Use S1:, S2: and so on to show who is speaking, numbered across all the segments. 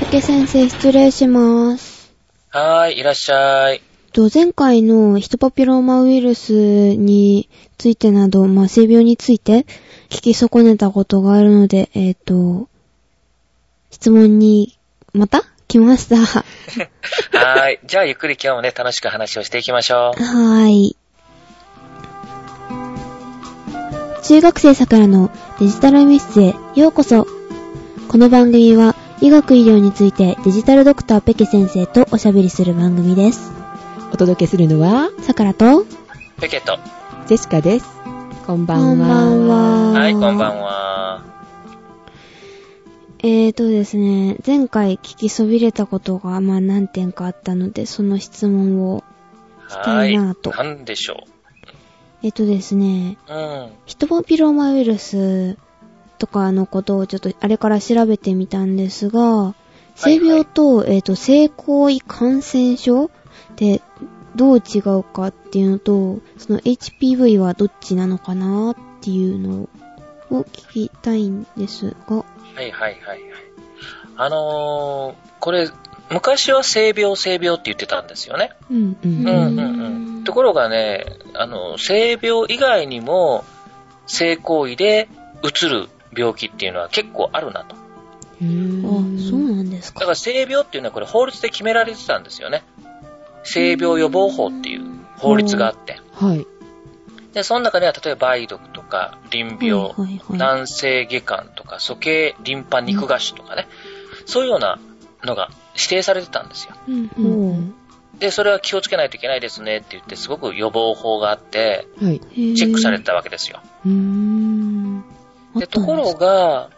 S1: 竹先生、失礼します。
S2: はーい、いらっしゃい。
S1: と前回のヒトパピローマウイルスについてなど、まあ、性病について聞き損ねたことがあるので、えっ、と、質問に、また来ました。 は
S2: はーい。 じゃあ、ゆっくり今日もね、楽しく話をしていきましょう。
S1: ーい。中学生さからのデジタルミスへようこそ。この番組は医学医療についてデジタルドクターペケ先生とおしゃべりする番組です。
S3: お届けするのは、
S1: さからと、
S2: ペケット。
S3: ジェシカです。こんば
S1: こん
S3: んは。
S1: ばんは。
S2: はい、こんばんは。
S1: えーとですね、前回聞きそびれたことが、まあ何点かあったので、その質問を。
S2: はー
S1: したい
S2: い。
S1: なぁと
S2: なんでしょ
S1: えーとですね、
S2: う。うん。
S1: ヒトパピローマウイルスとかのことをちょっとあれから調べてみたんですが、性病と、えーと、性行為感染症ってどう違うかっていうのと、その HPV はどっちなのかなっていうのを聞きたいんですが、
S2: はいはいはいはい。あのー、これ、昔は性病、性病って言ってたんですよね。
S1: うん。
S3: うん
S2: うんうんうん。ところがね、あの、性病以外にも、性行為で移る病気っていうのは結構あるなと。
S3: うー
S1: あ、
S3: ん
S1: そうなんです
S2: だか
S1: か。
S2: ら性病っていうのはこれ法律で決められてたんですよね。性病予防法っていう法律があって。
S3: はい。
S2: で、その中では例えば梅毒とか、淋病、
S1: はいはいはい
S2: 男性下巻とか、鼠径リンパ肉芽腫とかね、そういうようなのが指定されてたんですよ。
S1: うん
S3: う
S1: うん
S3: ん
S2: で、それは気をつけないといけないですねって言って、すごく予防法があって、
S3: はい。
S1: チ
S2: チェックされてたわけですよ。
S3: うーん。
S2: で、ところが、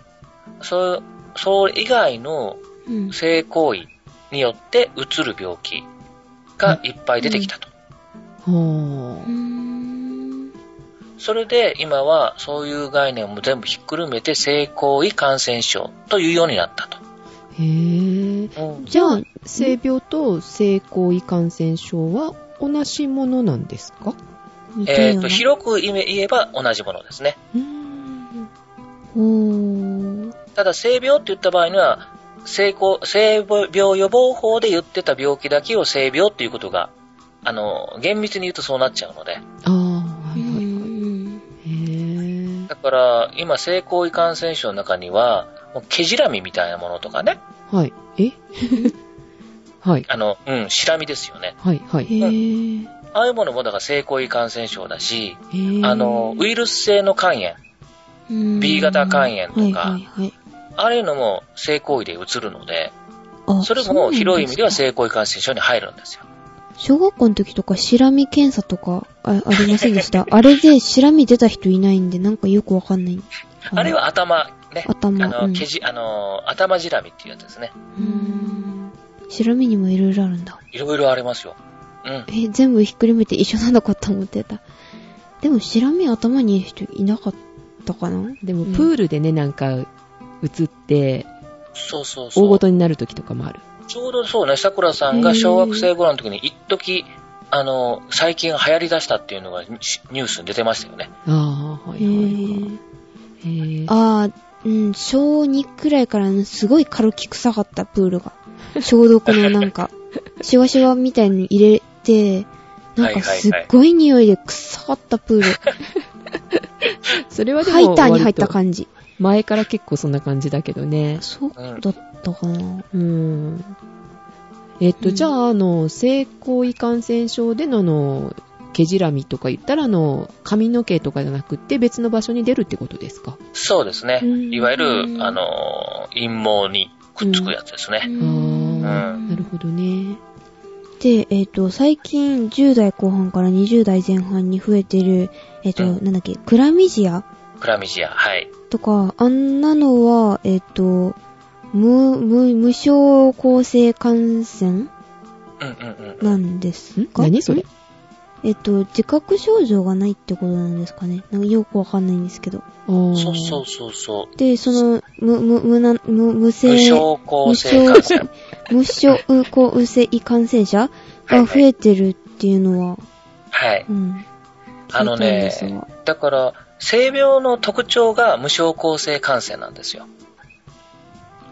S2: そう、それ以外の
S1: うん、
S2: 性行為によってうつる病気がいっぱい出てきたと。
S3: は
S1: うーん
S2: それで今はそういう概念も全部ひっくるめて性行為感染症というようになったと。
S3: あ。へえ。じゃあ、性病と性行為感染症は同じものなんですか
S1: 似たよ
S2: えっ、
S1: うな
S2: と、広く言え言えば同じものですね。
S3: うーん。
S1: おー
S2: ただ性病って言った場合には、性行性病予防法で言ってた病気だけを性病っていうことが、あの、厳密に言うとそうなっちゃうので。
S3: ああ、は
S1: う
S3: いはい。
S1: ん
S3: へえ。
S2: だから、今、性行為感染症の中には、もう毛じらみみたいなものとかね。
S3: はい。え はい。
S2: あの、うん、しらみですよね。
S3: はい、はい。
S1: へぇ
S2: ああいうものも、だから性行為感染症だし、
S3: へえ
S2: あの、ウイルス性の肝炎。
S1: ー。
S2: B 型肝炎とか
S1: はいはいはい。
S2: あれのも性行為で移るので、
S1: あ
S2: それ
S1: うなん
S2: も
S1: すか
S2: 広い意味では性行為感染症に入るんですよ。
S1: 小学校の時とか、シラミ検査とかあ、ありませんでした。 あれで、シラミ出た人いないんで、なんかよくわかんない。
S2: あれは頭、ね。
S1: 頭
S2: あ
S1: う
S2: の、
S1: ん
S2: けじ、あの、頭じらみっていうやつですね。
S1: うーん。シラミにもいろいろあるんだ。
S2: いろいろありますよ。うん。
S1: え、全部ひっくりめて一緒なのかと思ってた。でも、シラミ頭にいる人いなかったかな
S3: でも、
S1: うん
S3: プールでね、なんか、映って、
S2: そうそうそ
S3: 大ご
S2: う。
S3: とになる時とかもある。
S2: ちょうどそうね、桜さんが小学生頃の時に一時、あの、最近流行り出したっていうのがニニュースに出てましたよね。
S3: ああ、はいはいはい。へえ
S1: ああ、うん、小2くらいからねすごいカロキ臭かった、プールが。消毒のなんか、シワシワみたいに入れて、なんかすっごい匂いで臭かったプール。
S3: それはでも
S1: ハイターに入った
S3: 割
S1: 感じ。
S3: と前から結構そんな感じだけどね。
S1: そう
S2: うん。
S1: だったかな。
S3: うん。えっと、
S1: うん
S3: じゃあ、あの、性行為感染症での、あの、毛じらみとか言ったら、あの、髪の毛とかじゃなくて別の場所に出るってことですか
S2: そうですね。
S1: うん
S2: いわゆる、あの、陰謀にくっつくやつですね。
S3: ああ、
S2: うん
S3: なるほどね。
S1: で、えっ、と、最近10代後半から20代前半に増えてる、えっ、と、
S2: う
S1: なんだっけ、クラミジア
S2: クラミジア。はい。
S1: とか、あんなのは、えっ、と、無、無、無症候性感染
S2: うんうんうん。
S1: なんです
S3: ん
S1: か
S3: 何それ
S1: えっと、自覚症状がないってことなんですかね。なんかよくわかんないんですけど。
S2: そうそうそうそう。
S1: で、その、む、む、むな、む、無性、
S2: 無症候性感染。
S1: 無症候性感染者が増えてるっていうのは、
S2: はい。
S1: うん。
S2: あのね
S1: 聞いたんですが、
S2: だから、性病の特徴が無症候性感染なんですよ。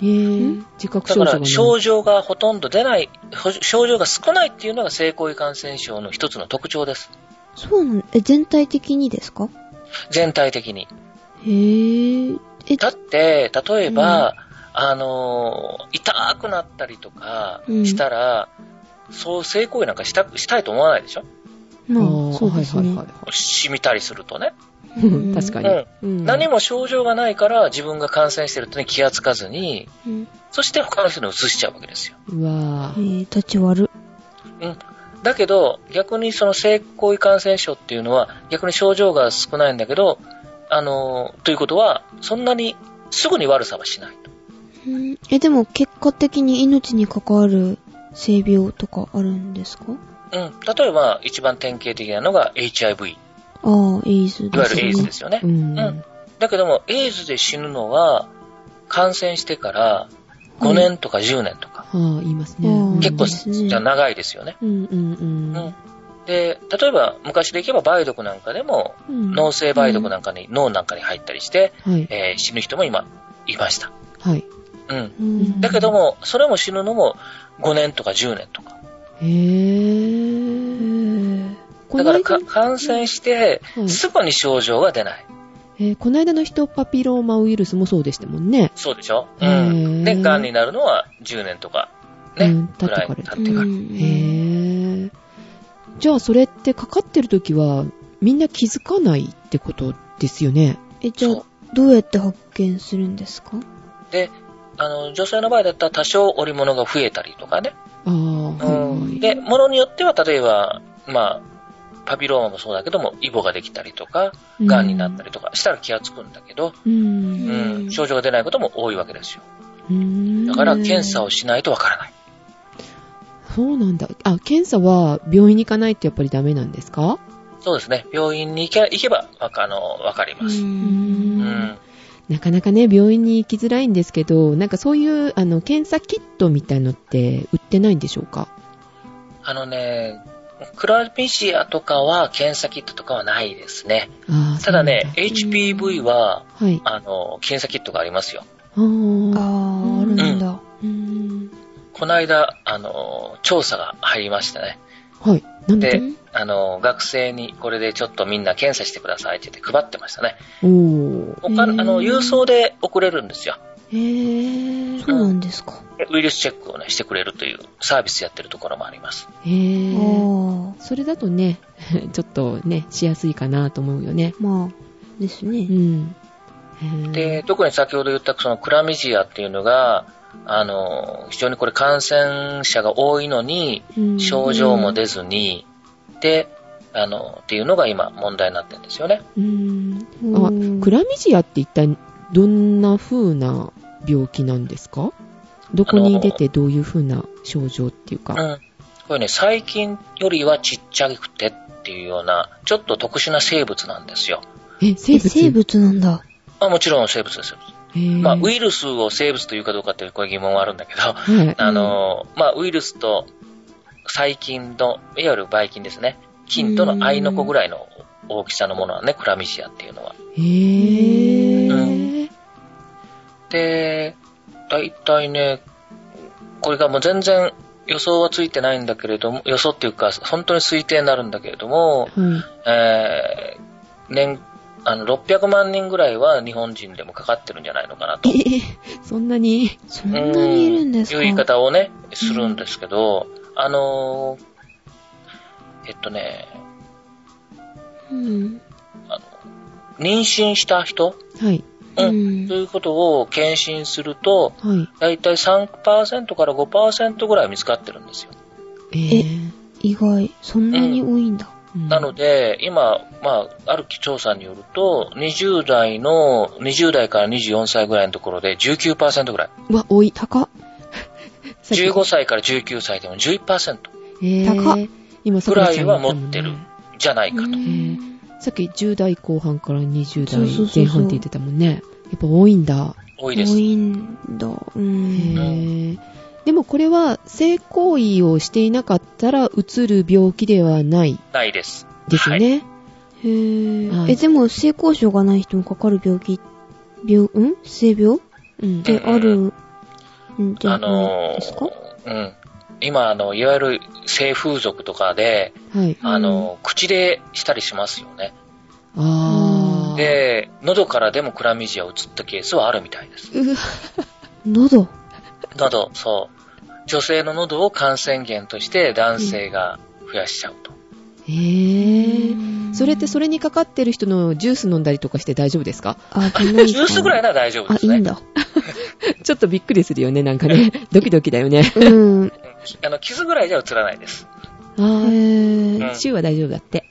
S3: へえ自覚
S2: だ
S3: 症
S2: か
S3: 状が
S2: ら
S3: ない
S2: 症状がほとんど出ない、ほ症状が少ないっていうのが性行為感染症の一つの特徴です。
S1: そうなんえ、全体的にですか
S2: 全体的に。
S1: へぇえ、
S2: だって、例えば、あのー、痛くなったりとかしたら、そう性行為なんかしたしたいと思わないでしょ
S3: あ
S1: まあ、
S3: ー
S1: そうですね。
S3: はいはいはい
S2: 染みたりするとね。
S3: はい
S1: うん
S3: 確か
S2: う
S3: に、
S2: ん。
S3: うん
S2: 何も症状がないから自分が感染してるってに気がつかずに、
S1: うん
S2: そして他の人に移しちゃうわけですよ。
S3: うわ
S1: えー、立ち悪。
S2: だけど、逆にその性行為感染症っていうのは、逆に症状が少ないんだけど、あのー、ということは、そんなにすぐに悪さはしないと。
S1: うんえ、でも結果的に命に関わる性病とかあるんですか
S2: うん。例えば、一番典型的なのが HIV。い
S1: ああ、エイズ
S2: わ
S1: ですね。
S2: ゆるエイズですよね
S3: う。ん、
S2: うんだけども、エイズで死ぬのは、感染してから5年とか10年とか、
S3: はあ、言いますね。
S1: うん
S2: 結構
S1: そうですね
S2: じゃあ長いですよね。
S3: うんうんうん。
S2: で、例えば昔でいけば梅毒なんかでも、
S3: うん
S2: 脳性梅毒なんかに、脳なんかに入ったりして、
S3: はい。
S2: えー死ぬ人も今、いました。
S3: はい。
S2: うん。
S1: うん
S2: だけども、それも死ぬのも5年とか10年とか。
S3: へぇー。こ
S2: だ
S3: の
S2: から
S3: 間
S2: か感染して、
S3: はい
S2: すぐに症状が出ない。
S3: えーこの間のヒトパピローマウイルスもそうでしたもんね。
S2: そうでしょう
S3: へー
S2: ん。で、癌になるのは10年とか、
S3: う
S2: ね
S3: ん、経
S2: ぐ
S3: ってから
S2: い経
S3: ら
S2: ってから
S1: う。
S3: へ
S1: ん
S3: ぇー。じゃあそれってかかってる時はみんな気づかないってことですよね。
S1: え、じゃ
S2: そ
S1: あ、どうやって発見するんですか
S2: で、あの、女性の場合だったら多少織物が増えたりとかね。
S3: ああ、はいはい。
S2: で、ものによっては、例えば、まあ、パピローマもそうだけども、イボができたりとか、
S3: うん
S2: 癌になったりとかしたら気がつくんだけど、
S3: うん。
S2: うん
S1: うん
S2: 症状が出ないことも多いわけですよ。
S3: うん
S2: だから、検査をしないとわからない。
S3: そうなんだ。あ、検査は病院に行かないってやっぱりダメなんですか
S2: そうですね。病院に行け行けば、わかあのわかります。
S1: う
S3: うん
S2: うん。
S3: なかなかね、病院に行きづらいんですけど、なんかそういう、あの、検査キットみたいのって売ってないんでしょうか
S2: あのね、クラミシアとかは、検査キットとかはないですね。
S3: あー
S2: ただね、
S3: そうなん
S2: HPV は、
S3: はい。
S2: あの、検査キットがありますよ。
S3: あー
S1: ああ、あるんだ。
S3: うん
S2: この間、あの、調査が入りましてね。
S3: はい。なんだ
S2: で
S1: うん、
S2: あの、学生にこれでちょっとみんな検査してくださいって言って配ってましたね。
S3: おー
S2: 他、あ
S1: へー
S2: の、郵送で送れるんですよ。
S3: へー
S1: そうなんですか。
S2: ウイルスチェックをね、してくれるというサービスやってるところもあります。
S1: あ
S3: へー
S1: あ、
S3: それだとね、 ちょっとね、しやすいかなと思うよね。
S1: まあ、です
S3: う
S1: ね。
S3: ん。へー
S2: で、特に先ほど言ったそのクラミジアっていうのが、あの、非常にこれ感染者が多いのに、
S3: うん
S2: 症状も出ずに、で、あの、っていうのが今問題になってるんですよね。
S3: うん。
S1: う
S3: あ
S1: ん、
S3: クラミジアって一体どんな風な病気なんですかどこに出てどういう風な症状っていう
S2: う
S3: か。
S2: ん。これね、細菌よりはちっちゃくてっていうような、ちょっと特殊な生物なんですよ。
S3: え、
S1: え
S3: 生物
S1: 生物なんだ。
S2: まあもちろん生物ですよ。
S3: へー
S2: まあ、ウイルスを生物というかどうかっていうこれ疑問はあるんだけど、
S3: はい。
S2: あの、まあ、ウイルスと細菌の、いわゆるばい菌ですね。菌との合いの子ぐらいの大きさのものはね、クラミシアっていうのは。
S3: へぇー。
S2: で、だいたいね、これがもう全然予想はついてないんだけれども、予想っていうか、本当に推定になるんだけれども、
S3: はい。
S2: えー、年、あの、600万人ぐらいは日本人でもかかってるんじゃないのかなと。
S3: えーそんなに。
S1: そんなにいるんですか
S2: うんいう言い方をね、するんですけど、あのー、えっとね、
S1: うん。
S2: あの妊娠した人、
S3: はい。
S2: うん
S1: うん
S2: ということを検診すると、
S3: はい。
S2: だいたい3%から5%ぐらい見つかってるんですよ。
S3: えー
S1: 意外、そんなに多いんだ。
S3: うん
S2: なので、今、まあ、ある調査によると、20代の、20代から24歳ぐらいのところで19%ぐらい。
S3: うわ、多い。
S1: 高っ。
S3: さっき
S2: 15歳から19歳でも11%
S3: えー
S1: 高っ
S3: 今、
S2: ぐらいは持っ
S3: さ
S2: て
S3: くらちゃんが言ったも
S2: るじゃないかと。
S3: んね
S1: うん
S3: さっき10代後半から20
S1: そうそうそう
S3: 代
S1: そう
S3: 前半って言ってたもんね。やっぱ多いんだ。
S2: 多いです
S1: 多。いんだ。う
S3: へ
S1: ん。
S3: ーでもこれは性行為をしていなかったらうつる病気ではない
S2: ないです。
S3: ですよね。
S1: へ
S3: は
S1: ぇ
S3: い
S1: え、でも、性交渉がない人もかかる病気、病、ん性病っ
S3: うん
S1: てあるうんじゃあ、
S2: あの
S1: ですか
S2: ーうん。今、あの、いわゆる性風俗とかで、
S3: はい。
S2: あのー口でしたりしますよね。
S3: あー。
S2: で、喉からでもクラミジアを移ったケースはあるみたいです。
S3: うわ
S1: 喉。
S2: 喉、そう。女性の喉を感染源として男性が増やしちゃうと。
S3: へぇー。それってそ
S1: れ
S3: れにかかってる人のジュース飲んだりとかして大丈夫ですか
S1: あ、危ない
S2: ジュースぐらいなら大丈夫
S1: あ
S2: で、す
S1: い
S2: ね。
S1: いんだ。
S3: ちょっとびっくりするよね、なんかね。ドキドキだよね。
S1: うん。
S2: うんきあの、傷ぐらいじゃ移らないです。
S3: あ
S1: へ
S3: ー。
S1: ー。
S2: ん
S3: シューは大丈夫だって。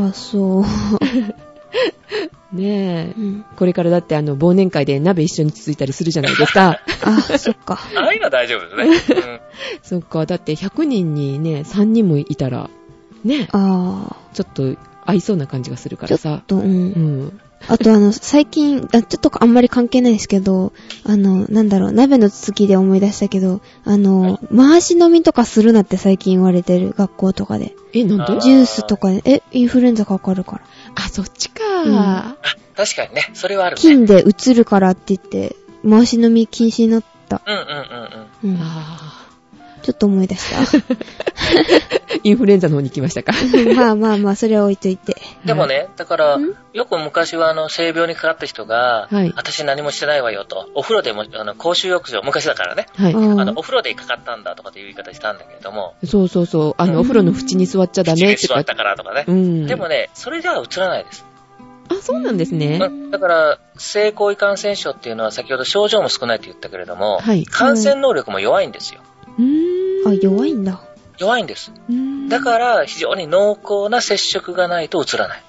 S1: あ、そう。
S3: ねえ
S1: う。ん。
S3: これからだってあの、忘年会で鍋一緒に続いたりするじゃないですか。
S1: あ、そっか。
S2: ああいうのは大丈夫で すね。うん
S3: そっか、だって100人にね、3人もいたら、ね、
S1: あ
S3: ちょっと合いそうな感じがするからさ
S1: ー。。と、うん
S3: う。ん。
S1: あとあの、最近、あちょっとあんまり関係ないですけど、あの、なんだろう、鍋の続きで思い出したけど、あの、回し飲みとかするなって最近言われてる、学校とかで。
S3: え、なん
S2: あ
S3: で
S1: ジュースとかで、え、インフルエンザかかるから。
S3: あ、そっち
S1: うん
S3: か。
S2: 確かにね、それはあるね。
S1: 菌で移るからって言って、回し飲み禁止になった。
S2: うんうんうんうん。
S1: うん。
S3: あ
S1: ちょっと思い出した。
S3: ーインフルエンザの方に行きましたか。
S1: まあまあまあ、それは置いといて。
S2: でもね、だから
S1: ん、
S2: よく昔は、あの、性病にかかった人が、
S3: はい
S2: 私何もしてないわよと、お風呂でも、あの、公衆浴場、昔だからね、
S3: は
S1: う
S3: い。
S1: ん
S2: あの、お風呂でかかったんだとかっていう言い方したんだけれども、
S3: そうそうそう。あ
S2: うん
S3: の、お風呂の縁に座っちゃダ
S2: 口
S3: メ
S2: で
S3: と
S2: 座
S3: か
S2: っ。たからとかね
S3: う。ん。
S2: でもね、それじゃうつらないです。
S3: あ、そうなんですね
S2: う。んだから、性行為感染症っていうのは先ほど症状も少ないって言ったけれども、
S3: はい
S2: 感染能力も弱いんですよ。
S3: うーん。
S1: あ、弱いんだ。
S2: 弱いんです。
S3: うん。
S2: だから、非常に濃厚な接触がないとうつらない。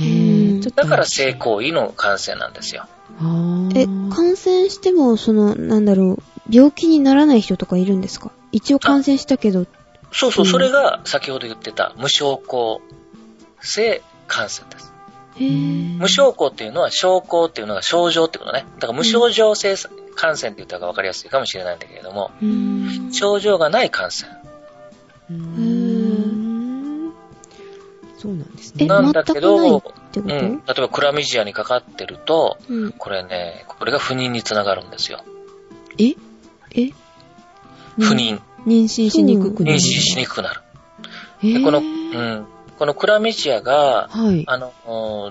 S3: へー、ちょっと。
S2: だから、性行為の感染なんですよ。
S3: あー
S1: え、感染しても、その、なんだろう、病気にならない人とかいるんですか一応感染したけど、
S2: そうそう、
S1: うん
S2: それが先ほど言ってた無症候性感染です。
S1: へぇ
S2: 無症候っていうのは症候っていうのが症状ってことね。だから無症状性感染って言った方が分かりやすいかもしれないんだけれども、
S3: うーん。
S2: 症状がない感染。
S3: うーんそうなんです
S1: え
S3: ね。
S2: なんだけど、
S1: 全くないっ
S2: う
S1: てこ
S2: ん、
S1: と、
S2: 例えばクラミジアにかかってると、
S1: うん。
S2: これね、これが不妊につながるんですよ。
S3: え
S1: え
S2: 不妊、
S3: 妊娠しにくく
S2: 妊
S3: なる。
S2: 娠しにくくなる。
S3: へ
S2: で
S3: ー
S2: この、うん、このクラミジアが、
S3: はい。
S2: あの、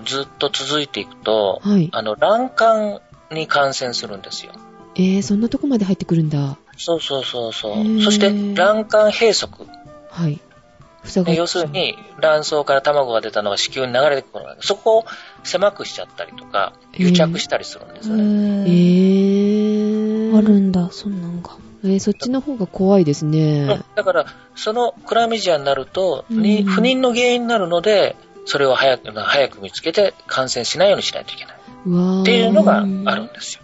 S2: うんずっと続いていくと、
S3: はい。
S2: あの、卵管に感染するんですよ。
S3: えー、そんなとこまで入ってくるんだ。
S2: そうそうそう
S3: へ
S2: そ
S3: ー
S2: う。そして、卵管閉塞。
S3: はい。塞がっ
S2: ね要する。に、卵巣から卵が出たのが子宮に流れてくるのがそこを狭くしちゃったりとか、
S3: へー
S2: 癒着したりするんですよ
S1: へ
S2: ね。
S3: えー。
S1: あるんだ、そんなんが。
S3: えー、そっちの方が怖いですね。
S2: だから、そのクラミジアになると、に
S3: うん
S2: 不妊の原因になるので、それを早く、早く見つけて感染しないようにしないといけない。
S3: うわー
S2: っていうのがあるんですよ。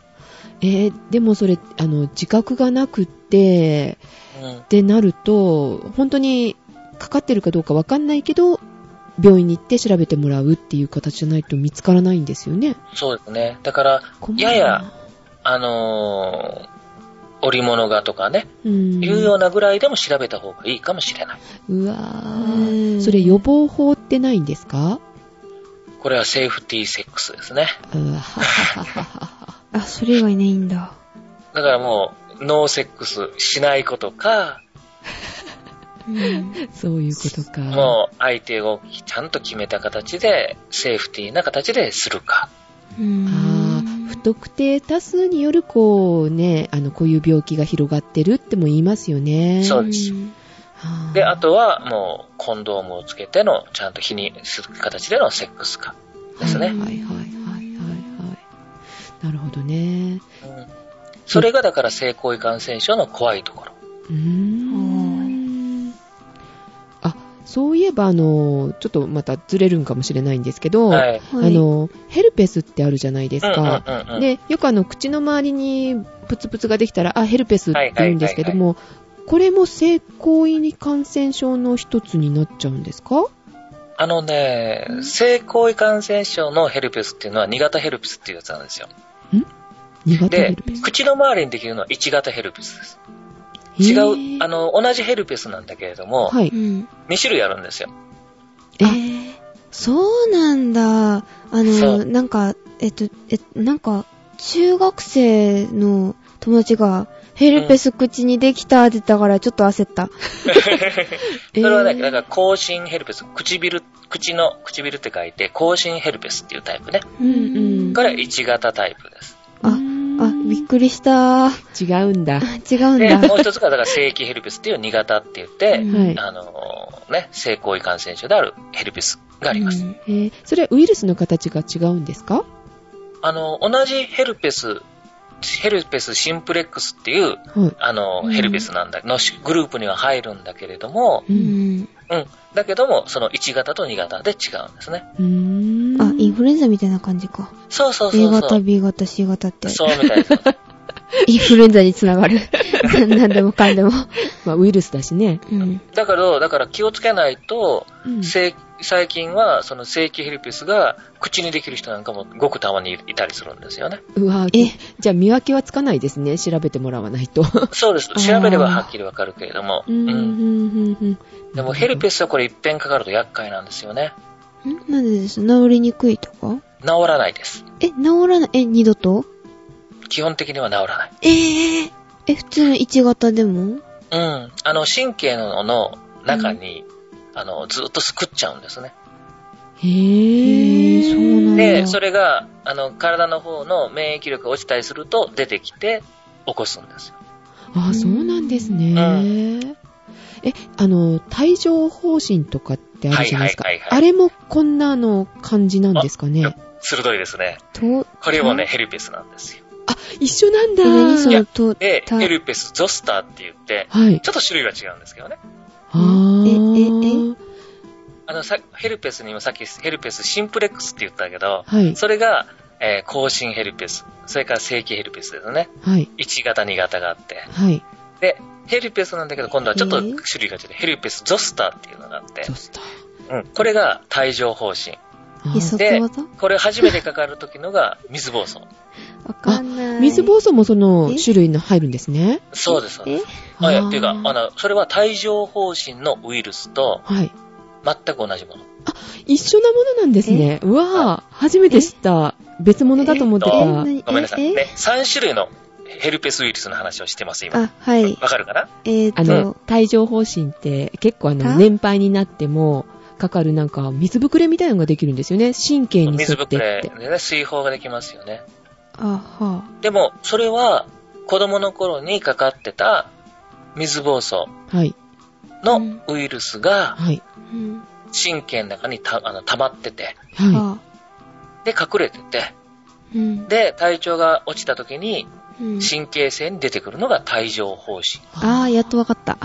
S3: えーでもそれ、あの、自覚がなくって、
S2: うん
S3: っ。てなると、本当にかかってるかどうかわかんないけど、病院に行って調べてもらうっていう形じゃないと見つからないんですよね。
S2: そうですね。だから、
S3: 困るな
S2: やや、あのー織物画とかね、
S3: うん、
S2: いうようなぐらいでも調べた方がいいかもしれない。
S3: うわ
S1: う
S3: ー
S1: ん
S3: それ予防法ってないんですか
S2: これはセーフティーセックスですね。
S3: うわはははは
S1: あ、それ以外ないんだ。
S2: だからもう、ノーセックスしないことか、
S1: うん。
S3: そういうことか。
S2: もう相手をちゃんと決めた形で、セーフティーな形でするか。
S1: うん
S3: あー不特定多数による、こうね、あの、こういう病気が広がってるっても言いますよね。
S2: そうです
S1: ん
S3: は
S2: で、あ、とはもう、コンドームをつけての、ちゃんと日にする形でのセックスか。ですね
S3: はいはいはいはいはいはい。なるほどね。
S2: うんそれがだから性行為感染症の怖いところ。
S3: うーん。あ、そういえば、あの、ちょっとまたずれるんかもしれないんですけど、
S2: はい。
S1: はい
S3: あの、ヘルペスってあるじゃないです
S2: うんうん
S3: か。
S2: うんうん
S3: で、よくあの、口の周りにプツプツができたら、あ、ヘルペスって言うんですけども、これも性行為に感染症の一つになっちゃうんですか
S2: あのね、性行為感染症のヘルペスっていうのは2型ヘルペスっていうやつなんですよ。
S3: 苦手ヘ
S2: で
S3: ルペス。、
S2: 口の周りにできるのは1型ヘルペスです。
S3: へー
S2: 違う、あ、の、同じヘルペスなんだけれども、
S3: はい。
S1: うん。
S2: 2種類あるんですよ。
S1: えー、そうなんだ。あ
S2: そ
S1: の、
S2: う
S1: なんか、えっと、え、なんか、中学生の友達が、ヘルペス口にできたって言ったから、ちょっと焦った。
S2: それはね、
S3: えー
S2: だから、口唇ヘルペス、唇、口の唇って書いて、口唇ヘルペスっていうタイプね。
S1: うんうん。
S2: これは1型タイプです。
S1: あ、あ、びっくりした。あ
S3: 違うんだ。
S1: 違うん
S2: で、
S1: だ。
S2: もう一つが、だから、正規ヘルペスっていう2型って言って、
S1: うん
S3: はい。
S2: あのーね、性行為感染症であるヘルペスがあります。
S1: うん
S3: えーそれはウイルスの形が違うんですか
S2: あのー同じヘルペス、ヘルペスシンプレックスっていう、
S3: はい。
S2: あのー
S1: うん
S2: ヘルペスなんだ、のしグループには入るんだけれども、
S3: う
S1: うんん。
S2: うん。だけども、その1型と2型で違うんですね。
S3: うーん。
S1: あ、インフルエンザみたいな感じか。
S2: そうそうそ
S1: A
S2: うそ
S1: 型、
S2: う。
S1: B 型、C 型って。
S2: そうみたいです。
S1: インフルエンザにつな がる。何でもかんでも。
S3: まあ、ウイルスだしね。
S1: うん。
S2: だから、だから気をつけないと、
S3: うん
S2: 正最近は、その正規ヘルペスが口にできる人なんかもごくたまにいたりするんですよね。
S3: うわ
S1: え
S3: じゃあ見分けはつかないですね。調べてもらわないと。
S2: そうです。調べればはっきりわかるけれども。
S3: う、
S2: うん
S3: うん
S2: ん。、
S3: うん、
S2: でもヘルペスはこれ一遍かかると厄介なんですよね。
S1: んなんでです治りにくいとか
S2: 治らないです。
S1: え、治らない、え、二度と
S2: 基本的には治らない。
S1: えええ、普通の1型でも
S2: うん。あの、神経の中に、あの、ずっとすくっちゃうんですね。
S3: へ
S1: へ
S3: ぇ
S1: ーそうなんだ
S2: で、それが、あの、体の方の免疫力が落ちたりすると出てきて起こすんですよ。
S3: あ、そうなんですね。え、あの、帯状方針とかってあるじゃないですか。
S2: はいはいはいはい
S3: あれもこんなの感じなんですかね。
S2: あ鋭いですね。
S1: と、
S2: これもね、ヘルペスなんですよ。
S3: あ、一緒なんだ。
S1: え、何そ
S2: い
S1: の
S2: や
S1: と、
S2: で、
S1: た
S2: ヘルペスゾスターって言って、
S3: はい。
S2: ちょっと種類は違うんですけどね。
S3: あー。
S2: あの、さヘルペスにもさっきヘルペスシンプレックスって言ったけど、
S3: はい。
S2: それが、えー、更新ヘルペス、それから正規ヘルペスですね。
S3: はい。
S2: 1型、2型があって。
S3: はい。
S2: で、ヘルペスなんだけど、今度はちょっと
S1: え
S2: 種
S1: ー
S2: 類が違う。ヘルペスゾスターっていうのがあって
S3: ゾ、スター。
S2: うん、これが帯状方針。
S3: あ
S1: 二足
S3: ー
S2: で
S1: 型
S2: これ初めてかかる時のが水暴走。
S1: わかんない。
S3: 水
S1: っ
S3: 暴走もその
S1: え
S3: 種類の入るんですね。
S2: そうです。そうです
S1: え
S2: あいや、っていうか、
S3: あ
S2: あ
S3: ー
S2: の、それは帯状方針のウイルスと
S3: はい。
S2: 全く同じもの。
S3: 一緒なものなんですね。うわぁ、初めて知った。別物だと思って
S2: え
S3: た。
S1: 何
S2: ごめんなさ
S1: え
S2: い。
S1: え
S2: ね、3種類のヘルペスウイルスの話をしてます、今。わ
S1: あ、はい。
S2: かるかな
S1: えっ
S3: あの
S1: と、、
S3: 帯状方針って結構あの、
S1: あ
S3: 年配になっても、かかるなんか、水ぶくれみたいなのができるんですよね。神経に沿
S2: 水
S3: って
S2: ぶ
S3: っ
S2: くれ
S3: て。
S2: でね、水泡ができますよね。
S1: あは
S2: でも、それは、子供の頃にかかってた水暴走
S3: はい。
S2: のウイルスが
S3: はい。
S1: あ。うん。
S2: 神経の中にたあの溜まってて、
S1: あ
S3: は
S2: で、隠れてて、
S1: うん。
S2: で、体調が落ちた時に
S1: うん
S2: 神経性に出てくるのが帯状疱疹。
S3: い。
S1: ああ、やっとわかった。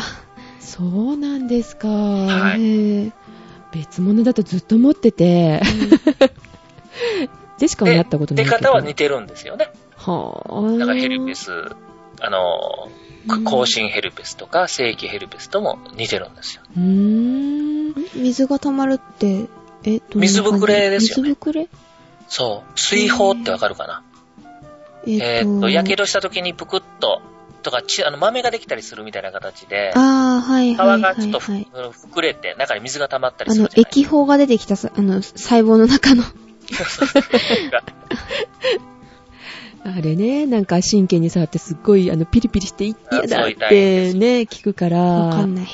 S3: そうなんですか。
S2: は
S1: へ
S2: い
S1: ぇ
S3: 別物だとずっと思ってて、 ジェシカは
S2: で
S3: やったことな
S2: 出
S3: いけど。
S2: 方は似てるんですよね。
S3: はぁ。
S2: だからヘルペス、あの、
S1: うん
S2: 更新ヘルペスとか正規ヘルペスとも似てるんですよ。
S3: うーん。
S1: 水が溜まるって、え、どんな感じ
S2: 水ぶくれですよね
S1: 水ぶくれ
S2: そう。水泡ってわかるかなえ
S1: え
S2: ーっ
S1: っ
S2: と、
S1: と、
S2: やけどした時にぷくっと、とか、ちあの、豆ができたりするみたいな形で、
S1: ああ、はい
S2: 皮
S1: はい
S2: が
S1: は
S2: ちょっ
S1: い、
S2: と
S1: はい。
S2: 膨れて、中に水が溜まったり
S1: あ
S2: する
S1: の、
S2: じゃない
S1: 液胞が出てきたさ、あの、細胞の中の。
S3: あれね、なんか神経に触ってすっごいあのピリピリしてい
S2: あ
S3: 嫌だ
S2: そう
S3: っ
S2: 痛いで
S3: て
S2: す
S3: ね、聞くから、
S1: わかんない。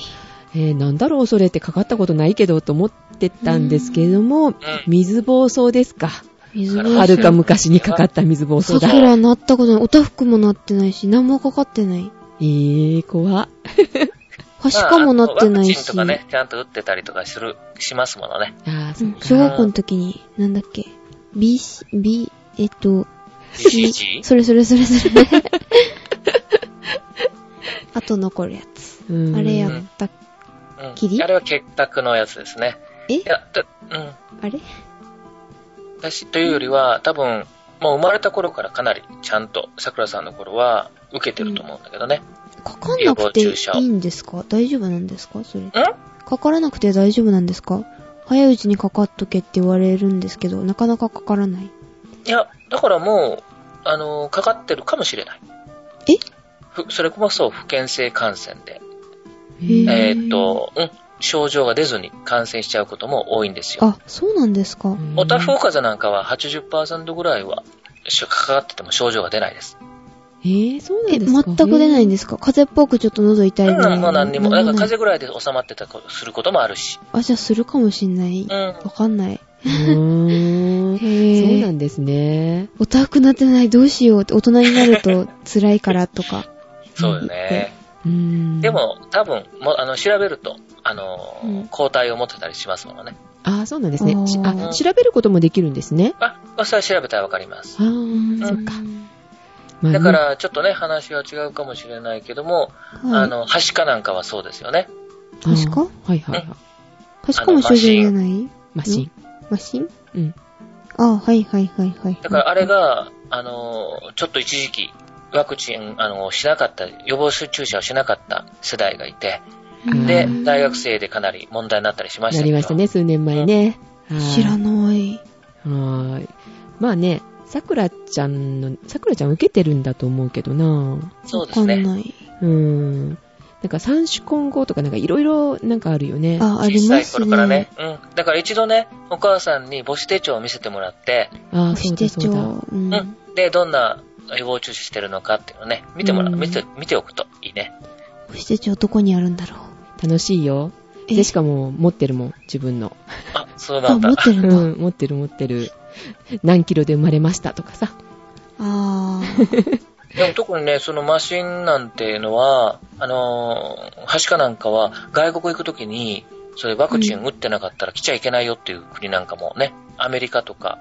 S3: えーなんだろうそれってかかったことないけどと思ってたんですけれども、
S2: ん
S3: 水暴走ですか。
S1: 水
S2: うん
S3: は
S1: ぶ
S3: る
S1: く
S3: か昔にかかった水暴走
S1: さ
S3: だ。
S1: くらなったことない。おたふくもなってないし、何もかかってない。
S3: えー、怖
S1: はしかもなってな
S2: まああと
S1: い
S2: ワクチン
S1: し。
S2: とかね、ちゃんと打ってたりとかする、しますものね。
S3: あー
S1: う
S3: そうん
S1: 小学校の時に、なんだっけ。B、B、えっと、
S2: BCG?
S1: それそれそれそれ。あと残るやつ。
S3: うん
S1: あれやった。
S2: うん
S1: キリ
S2: あれは結核のやつですね。
S1: え
S2: いや、だうん。
S1: あれ
S2: 私というよりは、多分、もう生まれた頃からかなりちゃんと、桜さんの頃は受けてると思うんだけどね。
S1: かかんなくていいんですか大丈夫なんですかそれ。かからなくて大丈夫なんですか早いうちにかかっとけって言われるんですけど、なかなかかからない。
S2: いや、だからもう、あの、かかってるかもしれない。
S1: え
S2: ふそれこそ不健性感染で、
S1: へ
S2: え
S1: え
S2: ーっと、うん、症状が出ずに感染しちゃうことも多いんですよ。
S1: あ、そうなんですか。
S2: オタフオカザなんかは80%ぐらいはしょかかってても症状が出ないです。
S3: えー、そうな
S1: え、
S3: んです
S1: 全
S3: か
S1: く出ないんですか風邪っぽくちょっと喉痛い
S2: うん
S1: ぐらい。
S2: もう何にも。
S1: な
S2: だ
S1: ん
S2: か
S1: もな
S2: ら
S1: い
S2: 風邪ぐらいで収まってたりすることもあるし。
S1: あ、じゃあするかもしんない。
S2: うん。
S1: わかんない。
S3: うーん
S1: へ
S3: そうな
S1: ぇ
S3: んですね。
S1: オタクなってない、どうしようって、大人になると辛いからとか。
S2: そうよね。
S3: うーん
S2: で、も、多分、もあの、調べると、あのー、
S1: うん
S2: 抗体を持ってたりしますもんね。
S3: あーそうなんですね
S1: あー
S3: しあ。調べることもできるんですね。
S2: あ、それは調べたらわかります。
S3: あー、そっか。まあ
S2: だ
S3: ね
S2: か、ら、ちょっとね、話は違うかもしれないけども、あ
S1: あの、
S2: の、はしかなんかはそうですよね。
S3: あー
S1: 確か
S3: はいはいはい。
S1: はしかも症状じゃない
S3: マシン。
S1: マシン
S3: うん。
S1: あはいはいはいはい。
S2: だから、あれが、あのー、ちょっと一時期、ワクチン、あのー、しなかった、予防注射をしなかった世代がいて、
S1: うん
S2: で
S3: う、ん
S2: 大学生でかなり問題になったりしました
S3: な
S2: け
S3: り
S2: ど
S3: ましたね、数年前ね。
S1: 知ら
S3: ん。
S1: ない。
S3: はーい。まあね、さくらちゃんの、さくらちゃん受けてるんだと思うけどな
S2: そうで
S1: わ
S2: す
S1: かん
S2: ね。
S1: ない。
S3: うーん。なんか三種混合とかなんかいろいろなんかあるよね。
S1: あ、あり
S2: 小さ
S1: ま
S2: い
S1: す
S2: 頃からね
S1: ね。。
S2: うん。だから一度ね、お母さんに母子手帳を見せてもらって、
S3: あ
S1: 母
S3: ー、そ
S1: 子
S3: うだ
S1: 手
S3: そう
S1: 帳。
S3: だ。
S1: う。
S2: うんん。で、どんな予防注射してるのかっていうのをね、見てもら
S3: う
S2: う、
S3: ん
S2: 見て、見ておくといいね。
S1: 母子手帳どこにあるんだろう。
S3: 楽しいよ。
S1: え
S3: で、しかも持ってるもん、自分の。
S2: あ、そうな
S1: あ、
S2: ん
S1: 持
S2: だ
S1: っ。てるんだ。
S3: うん、持ってる持ってる。何キロで生まれましたとかさ。
S1: あー。
S2: でも特にね、そのマシンなんていうのは、あのー、はしかなんかは外国行くときに、そういうワクチン打ってなかったら来ちゃいけないよっていう国なんかもね、アメリカとか、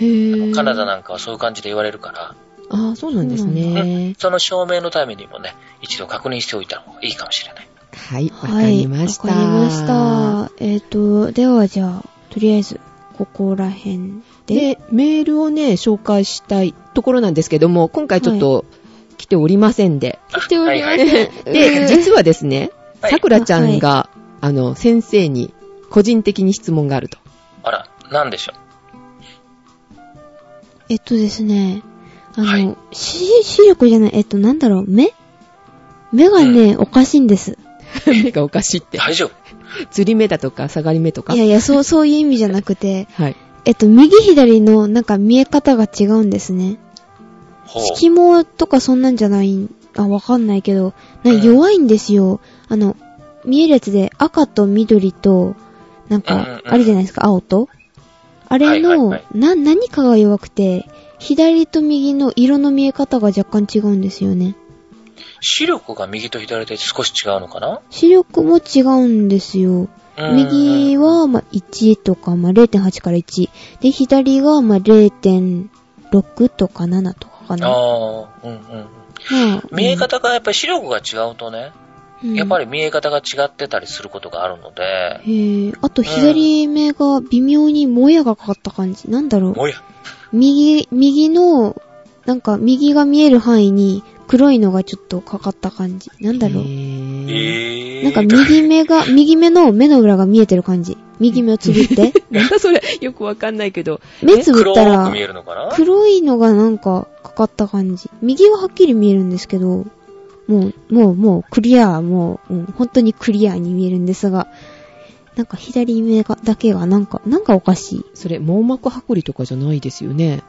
S3: へぇ
S2: カナダなんかはそういう感じで言われるから、
S3: ああ、そうなんですね。
S2: その証明のためにもね、一度確認しておいた方がいいかもしれない。
S3: はい、わ
S1: は
S3: か
S1: い。
S3: りました。
S1: わかりまし。た。えっ、と、ではじゃあ、とりあえず、ここら辺で。
S3: で、メールをね、紹介したいところなんですけども、今回ちょっと来ておりませんで。
S2: あ
S1: ており
S2: は
S1: ま
S2: いはい
S1: せん。
S3: で、実はですね、
S2: はい
S3: さくらちゃんが、あの、先生に個人的に質問が あると。
S2: あら、なんでしょ
S1: えっとですね、あの、
S2: はい
S1: し視力じゃない、えっと、なんだろう、目目がね、おかしいんです。
S3: 目がおかしいっ
S2: う
S3: て。
S2: 大丈夫
S3: 釣り目だとか、下がり目とか。
S1: いやいや、そう、 そういう意味じゃなくて、
S3: はい。
S1: えっと、右左の、なんか見え方が違うんですね。
S2: ほう。
S1: 色毛とかそんなんじゃないん、あ、わかんないけど、なんか
S2: うん
S1: 弱いんですよ。あの、見えるやつで赤と緑と、なん
S2: うんうんう
S1: か、
S2: ん
S1: あるじゃないですか、青と。あれ
S2: はいはいは
S1: の
S2: い、
S1: な、何かが弱くて、左と右の色の見え方が若干違うんですよね。
S2: 視力が右と左で少し違うのかな
S1: 視力も違うんですよ。
S2: うん
S1: 右は、まあ、1とか、まあ、0.8から1。で、左が、まあ、0.6とか7とかか
S2: あ
S1: な。
S2: あ、うんうん。
S1: まあ
S2: 見え、方が、やっぱり視力が違うとね、
S1: うん
S2: やっぱり見え方が違ってたりすることがあるので、
S1: へえ、あと左目が微妙にもやがかかった感じ。なんだろう。
S2: もや、
S1: 右、右の、なんか右が見える範囲に黒いのがちょっとかかった感じ。なんだろ
S3: へ
S1: う。
S2: え
S3: ー
S2: ー、
S1: なんか右目が、右目の目の裏が見えてる感じ。右目をつぶ って。
S3: なんだそれ、よくわかんないけど。
S1: 目つぶ
S2: 黒
S1: った
S2: く
S1: ら
S2: 見、えるのかな
S1: 黒いのがなんかかかった感じ。右ははっきり見えるんですけど、もう、もう、もう、クリア、もう、うん本当にクリアに見えるんですが、なんか左目が、だけがなんか、なんかおかしい。
S3: それ、網膜剥離とかじゃないですよね。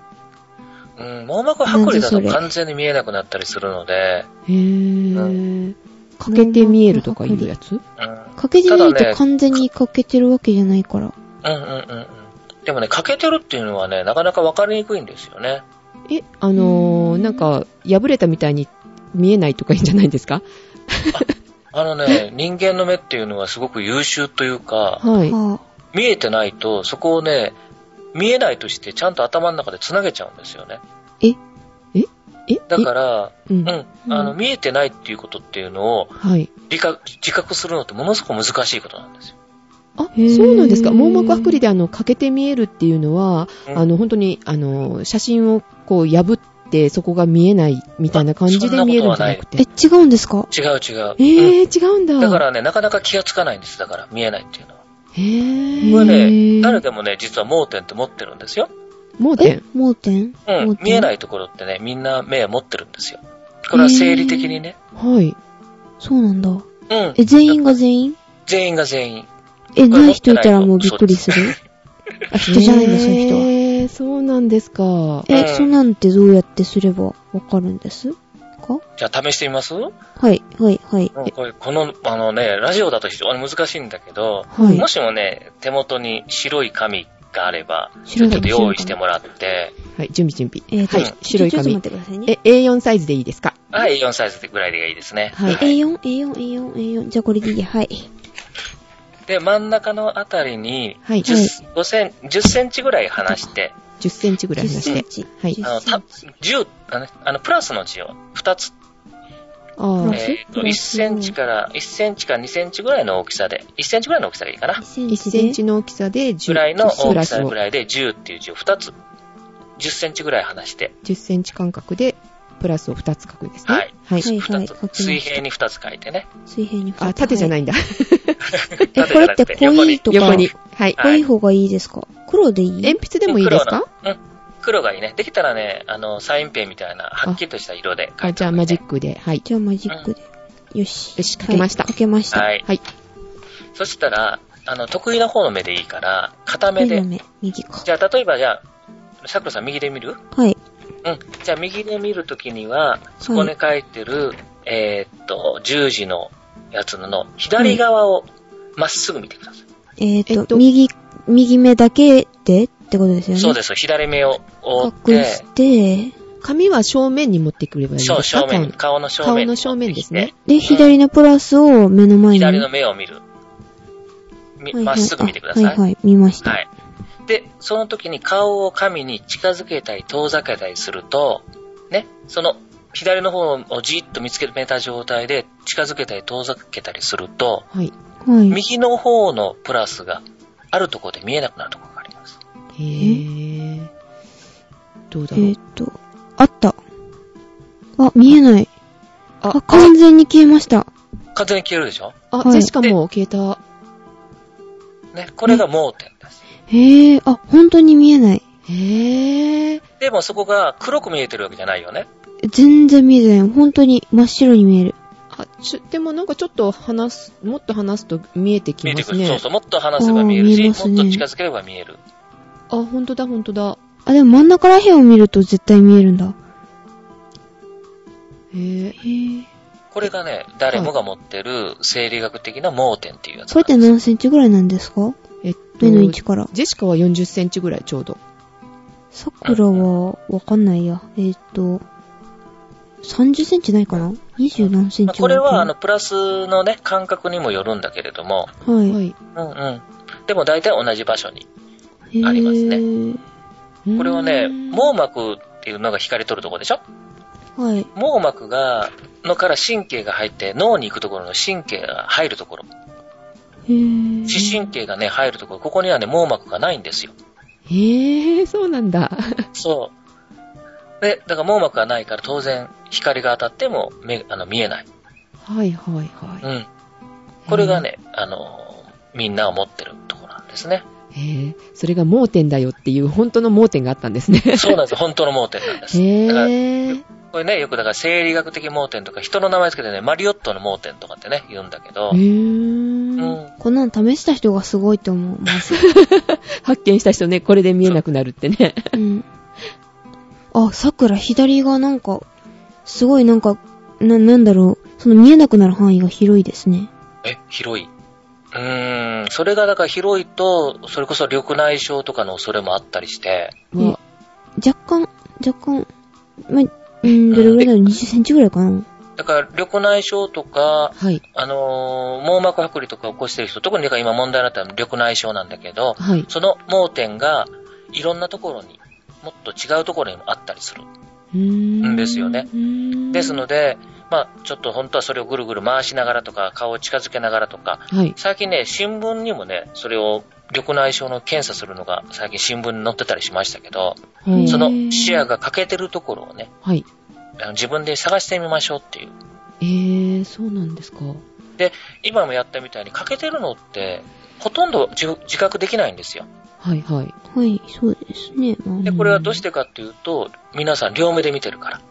S2: うん、網膜
S1: なん
S2: 剥離だと
S1: でそれ
S2: 完全に見えなくなったりするので、
S3: へぇー。欠けて見えるとかいうやつ
S2: うん、
S1: 欠けてみる
S2: ただね
S1: と完全に欠けてるわけじゃないから。
S2: うんうんうんうん。でもね、欠けてるっていうのはね、なかなかわかりにくいんですよね。
S3: え、あ
S1: う
S3: のー、
S1: ん
S3: なんか、破れたみたいに見えないとかいいんじゃないですか
S2: あのね、人間の目っていうのはすごく優秀というか、
S3: はい。
S1: は
S2: 見えてないと、そこをね、見えないとしてちゃんと頭の中で繋げちゃうんですよね。
S3: え
S2: だから、
S3: えうん
S2: う。ん、あの、見えてないっていうことっていうのを
S3: はい。
S2: 理覚、自覚するのってものすごく難しいことなんですよ。
S3: あ、
S1: へー
S3: そうなんですか。網膜剥離であの、欠けて見えるっていうのは、
S2: うん
S3: あの、本当に、あの、写真をこう破って、そこが見えないみたいな感じで見えるんじゃなく
S1: え、
S3: て。
S1: 違うんですか
S2: 違う違う。
S3: え
S2: うん
S3: ー、違うんだ。
S2: だか、らね、なかなか気がつかないんです。だから、見えないっていうのは。
S3: へ
S2: こ
S3: ぇ
S2: れ
S3: ー。
S1: へ
S2: ね、
S1: ー
S2: 誰でもね、実は盲点って持ってるんですよ。
S3: 盲
S1: え
S3: 点。、
S1: 盲点
S2: う
S1: 盲
S2: ん。
S1: 点
S2: 見えないところってね、みんな目を持ってるんですよ。これは生理的にね。
S3: はい。
S1: そうなんだ。
S2: うん。
S1: え、全員が全員
S2: 全員が全員。
S1: え、
S2: これ
S1: ない人いたらもうびっくりする。あ、人じゃないんだ、そういう人は。
S3: へへえ、そうなんですか。
S1: え、
S2: うん
S1: そんなんってどうやってすればわかるんですか
S2: じゃあ試してみますうん、
S1: はい、はい、はい。
S2: これこの、あのね、ラジオだと非常に難しいんだけど、
S3: はい
S2: も。しもね、手元に白い紙があれば、ち
S1: 白
S2: ょ
S1: い
S2: っ
S1: 紙
S2: と用意してもらって、
S3: はい、準備準備。
S1: えーと、
S2: はい
S1: ちょ
S3: 白い
S1: ちょっと
S3: 紙
S1: 待ってくださいね。
S3: え、A4 サイズでいいですか
S2: はい、A4 サイズぐらいでいいですね。
S3: はい
S2: い
S1: A4、A4、A4、A4。じゃあこれでいいや。はい。
S2: で、真ん中のあたりに、
S1: は
S3: はい。
S1: い
S3: 10
S2: 5セン10センチぐらい離して、
S3: センチぐら
S1: 10
S3: いにし
S1: セン
S3: て。
S1: チ。
S3: はい
S2: あ
S1: 10
S2: の、
S1: セ
S2: た
S1: ンチ。
S2: 10あの、あの、プラスの字を2つ、
S1: プラ
S3: ああ、
S1: ス
S2: えっ、と、
S1: プ
S2: 1
S1: ラス
S2: センチから、1センチから2センチぐらいの大きさで、1センチぐらいの大きさがいいかな
S1: 1。セ
S3: 1
S1: ンチ
S3: センチの大きさで10
S2: ぐらいの
S3: プ
S2: 大
S3: ラ
S2: き
S3: ス
S2: さ
S3: を
S2: ぐらいで、10っていう字を2つ、10センチぐらい離して、
S3: 10センチ間隔で、プラスを2つ書くんです
S2: は
S3: ね
S2: い。
S3: はい。
S1: はい
S2: 2
S1: 書きまし
S2: つ、
S1: た
S2: 水平に2つ書いてね。
S1: 水平に二つ。。
S3: あ、縦じゃないいんだ。
S2: 縦じ
S1: え、
S2: ゃなく
S1: これって濃いとか、
S3: 横に。はい。
S1: 濃い方がいいですか黒でいい
S3: 鉛筆でもいいですか
S2: 黒のうん。黒がいいね。できたらね、あの、サインペンみたいな、はっきりとした色で書いて、
S3: あ、じゃあマジッ。クで。はい。
S1: じゃあマジックで。よし。
S3: よし書けました
S1: はい書けました。
S2: はい。
S3: はい。
S2: そしたら、あの、得意な方の目でいいから、片目
S1: 右
S2: で
S1: の。目、右か
S2: じ。ゃあ、例えばじゃあ、さくらさん右で見る
S1: はい。
S2: うん。じゃあ、右で見るときには、そこに書いてる、えーっと、十字のやつのの左側をまっすぐ見てください。
S1: えっ、
S3: えっ
S1: と、
S3: と
S1: 右、右目だけでってことですよね。
S2: そうです。左目を覆っ
S1: 隠
S2: て
S1: し、て、
S3: 紙は正面に持ってくればいいです
S2: そう
S3: か
S2: 正面、
S3: 顔
S2: 顔の正面。
S3: 顔の正面ですね。。
S1: で、左のプラスを目の前に。
S2: 左の目を見る。
S1: は
S2: み
S1: いはい
S2: まっすぐ見てください。は
S1: あはいいはい、見ました。
S2: で、その時に顔を紙に近づけたり遠ざけたりすると、ね、その左の方をじっと見つけた状態で近づけたり遠ざけたりすると、
S3: はい。
S1: はい。
S2: 右の方のプラスがあるところで見えなくなるところがあります。
S3: へー。どう
S1: え
S3: だろう
S1: っ。と、あった。あ、見えない。あ、完全に消えました。
S2: 完全に消えるでしょ
S3: あ、
S1: はい
S3: ジェシカも消えた。
S2: ね、これが盲点です。
S1: へえ、あ、本当に見えない。
S3: へぇー。
S2: でもそこが黒く見えてるわけじゃないよね。
S1: 全然見えてない。本当に真っ白に見える。
S3: あ、ちょ、でもなんかちょっと話す、もっと話すと見えてき
S2: 見え
S3: ま
S2: て
S3: す
S2: くる。そう
S3: ね。
S2: そう。もっと離せば見え
S1: あ
S2: る
S1: ー見
S2: し、
S1: え
S2: も
S1: ますね
S2: っと近づければ見える。
S3: あ、ほんとだほんとだ。
S1: あ、でも真ん中ら辺を見ると絶対見えるんだ。
S3: へぇ
S1: へえ。
S2: これがね、誰もが持ってる生理学的な盲点っていうやつ
S1: これって何センチぐらいなんですか
S3: えっと、
S1: 目の位置から。
S3: ジェシカは40センチぐらいちょうど。
S1: さくらは、わかんないや。えーっ、と、30センチないかな ?20 何セン
S2: まあ
S1: チ
S2: これは、あ
S1: な
S2: の、プラスのね、感覚にもよるんだけれども、
S1: のかな、はい。
S3: はい。
S2: うんうん。でも大体同じ場所に。
S1: へー
S2: ありますこれはね、網
S3: う
S2: 膜っていうのが光り取るとこでしょ
S1: はい。
S2: 網膜が、のから神経が入って、脳に行くところの神経が入るところ。
S1: へぇ
S2: 視神経がね、入るところ。ここにはね、網膜がないんですよ。
S3: ーん。へぇー、そうなんだ。
S2: そう。で、だから網膜がないから当然、光が当たっても目、あの、見えない。
S3: はいはいは
S2: うん。これがね、あの、みんなを持ってるところなんですね。
S3: い。へぇー、それが盲点だよっていう本当の盲点があったんですね。
S2: そうなんです よ。本当の盲点なんです。だから、
S3: へぇー。
S2: これね、よくだから生理学的盲点とか、人の名前つけてね、マリオットの盲点とかってね、言うんだけどう
S3: へ、ぇ
S2: ん。
S3: ー。
S1: こんなの試した人がすごいと思う。まず。
S3: 発見した人ね、これで見えなくなるってね。
S1: うん。あ、さくら左がなんか、すごいなんか、な、なんだろう。その見えなくなる範囲が広いですね。
S2: え、広い。うーん、それがだから広いと、それこそ緑内障とかの恐れもあったりして、
S1: うん
S3: わ
S1: 若干、若干、ま、うん、どれぐらいだろう ?20 センチぐらいかな
S2: だから緑内障とか、
S3: はい。
S2: あのー網膜剥離とか起こしてる人、特にだから今問題になったのは緑内障なんだけど、
S3: はい。
S2: その盲点がいろんなところに、もっと違うところにもあったりする。
S3: うーん。
S2: ですよね
S3: うーん。
S2: ですので、まあ、ちょっと本当はそれをぐるぐる回しながらとか、顔を近づけながらとか、
S3: はい。
S2: 最近ね、新聞にもね、それを緑内障の検査するのが最近新聞に載ってたりしましたけど、
S3: はい
S2: その視野が欠けてるところをね、
S3: はい。
S2: あの自分で探してみましょうっていう。
S3: えー、そうなんですか。
S2: 今もやったみたいに欠けてるのって、ほとんど自自覚できないんですよ。
S3: はいはい。
S1: はい、そうですね。まあ
S2: で、これはどうしてかっていうと、皆さん両目で見てるから。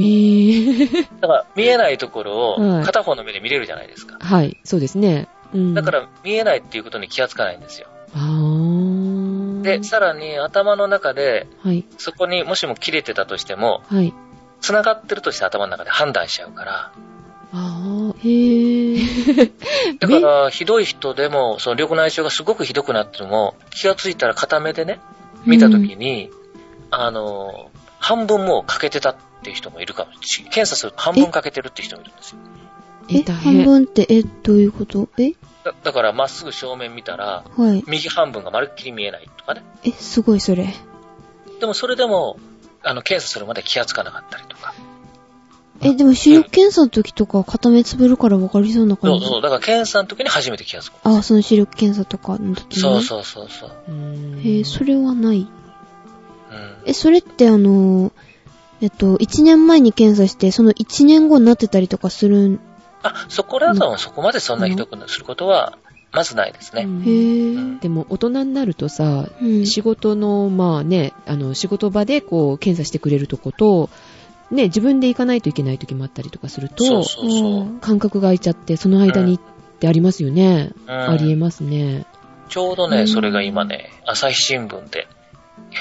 S3: えー、
S2: だから見えないところ
S3: は
S2: を
S3: い
S2: 片方の目で見れるじゃないですか。
S3: はい、そうですね。うん。
S2: だか、ら見えないっていうことに気がつかないんですよ。
S3: あー。
S2: で、さらに頭の中で、
S3: はい、
S2: そこにもしも切れてたとしても、
S3: はい。
S2: 繋がってるとして頭の中で判断しちゃうから。
S3: ああ、へ え。
S2: だから、ひどい人でも、その緑内障がすごくひどくなっても、気がついたら片目でね、見たときに、あの、半分もう欠けてたっていう人もいるかもしれない。検査すると半分欠けてるって人もいるんですよ。
S1: え、
S3: 大
S1: 半
S3: 変。
S1: 分って、え、どういうことえ
S2: だだから、まっすぐ正面見たら、
S1: はい。
S2: 右半分がまるっきり見えないとかね。
S1: え、すごいそれ。
S2: でもそれでも、あの、検査するまで気がつかなかったりとか。
S1: え、でも視力検査の時とか片目つぶるから分かりそうな
S2: そ
S1: 感
S2: う
S1: じ。
S2: そう。だから検査の時に初めて気がつく。
S1: あ、その視力検査とかの時に。
S2: そうそうそうそう。
S3: うーん
S1: えーそれはない。
S2: うん。
S1: え、それってあのー、えっと、1年前に検査して、その1年後になってたりとかするん、
S2: あ、そこらはそこまでそんなひどくすることは、まずないです
S3: う
S2: ね。
S3: ん
S1: へ
S2: う
S1: ぇ
S2: ん
S3: でも、大人になるとさ、
S1: うん。
S3: 仕事の、まあね、あの、仕事場でこう、検査してくれるとこと、ね、自分で行かないといけない時もあったりとかすると、
S2: そうそうそう。うん
S3: 間隔が空いちゃって、その間にってありますよね。ありえますね。
S2: ちょうど
S1: うん
S2: ね、それが今ね、朝日新聞で、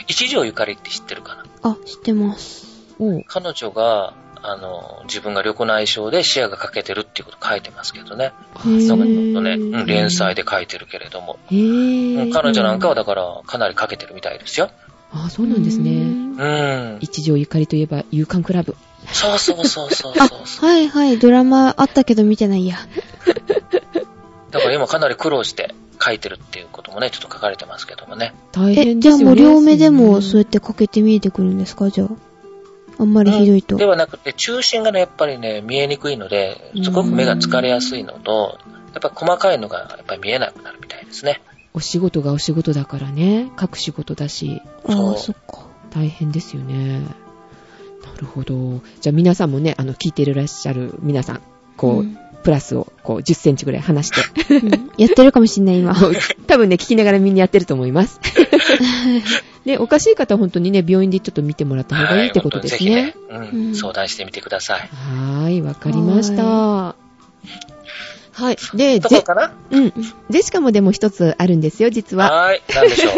S2: 一条ゆかりって知ってるかな
S1: あ、知ってます。
S3: おう
S2: 彼女が、あの、自分が緑内障で視野が欠けてるっていうこと書いてますけどね。
S1: へー
S2: なんかち
S1: え
S2: ょっとね、うん連載で書いてるけれども。
S3: へ
S2: う
S3: ぇ
S2: ん彼女なんかはだから、かなり欠けてるみたいですよ。
S3: あ、そうなんです
S1: う
S3: ね。
S1: ん。
S2: うん。
S3: 一条ゆかりといえば、勇敢クラブ。
S2: そうそうそうそう
S1: あ
S2: そう、そう。
S1: はいはい、ドラマあったけど見てないや。
S2: だから今かなり苦労して書いてるっていうこともね、ちょっと書かれてますけどもね。
S3: 大
S1: え、
S3: 変
S1: じ
S3: で
S1: ゃあ
S3: すよ
S1: も
S3: ね。
S1: う両目でもそう
S3: そ
S1: や
S3: う
S1: ってかけて見えてくるんですかじゃあ。あんまりひどいと。
S2: ではなくて、中心がね、やっぱりね、見えにくいので、すごく目が疲れやすいのと、やっぱ細かいのがやっぱり見えなくなるみたいですね。
S3: お仕事がお仕事だからね。各仕事だし。
S1: あ
S2: そ
S1: あ、
S2: う
S1: そっか。
S3: 大変ですよね。なるほど。じゃあ皆さんもね、あの、聞いていらっしゃる皆さん、こう、
S1: うん
S3: プラスを、こう、10センチぐらい離して、
S1: うんやってるかもしんない、今。
S3: もう多分ね、聞きながらみんなやってると思い ます。で、おかしい方は本当にね、病院でちょっと見てもらった方がいいってことですね。
S2: 本当にぜひ
S1: う
S2: ね、うんん、相談してみてください。
S3: はーい、わかりました。はい。で、
S2: どこ
S3: ゼ、
S2: かな
S3: うん。ゼシカもでも一つあるんですよ、実は。
S2: はーい、なんでしょ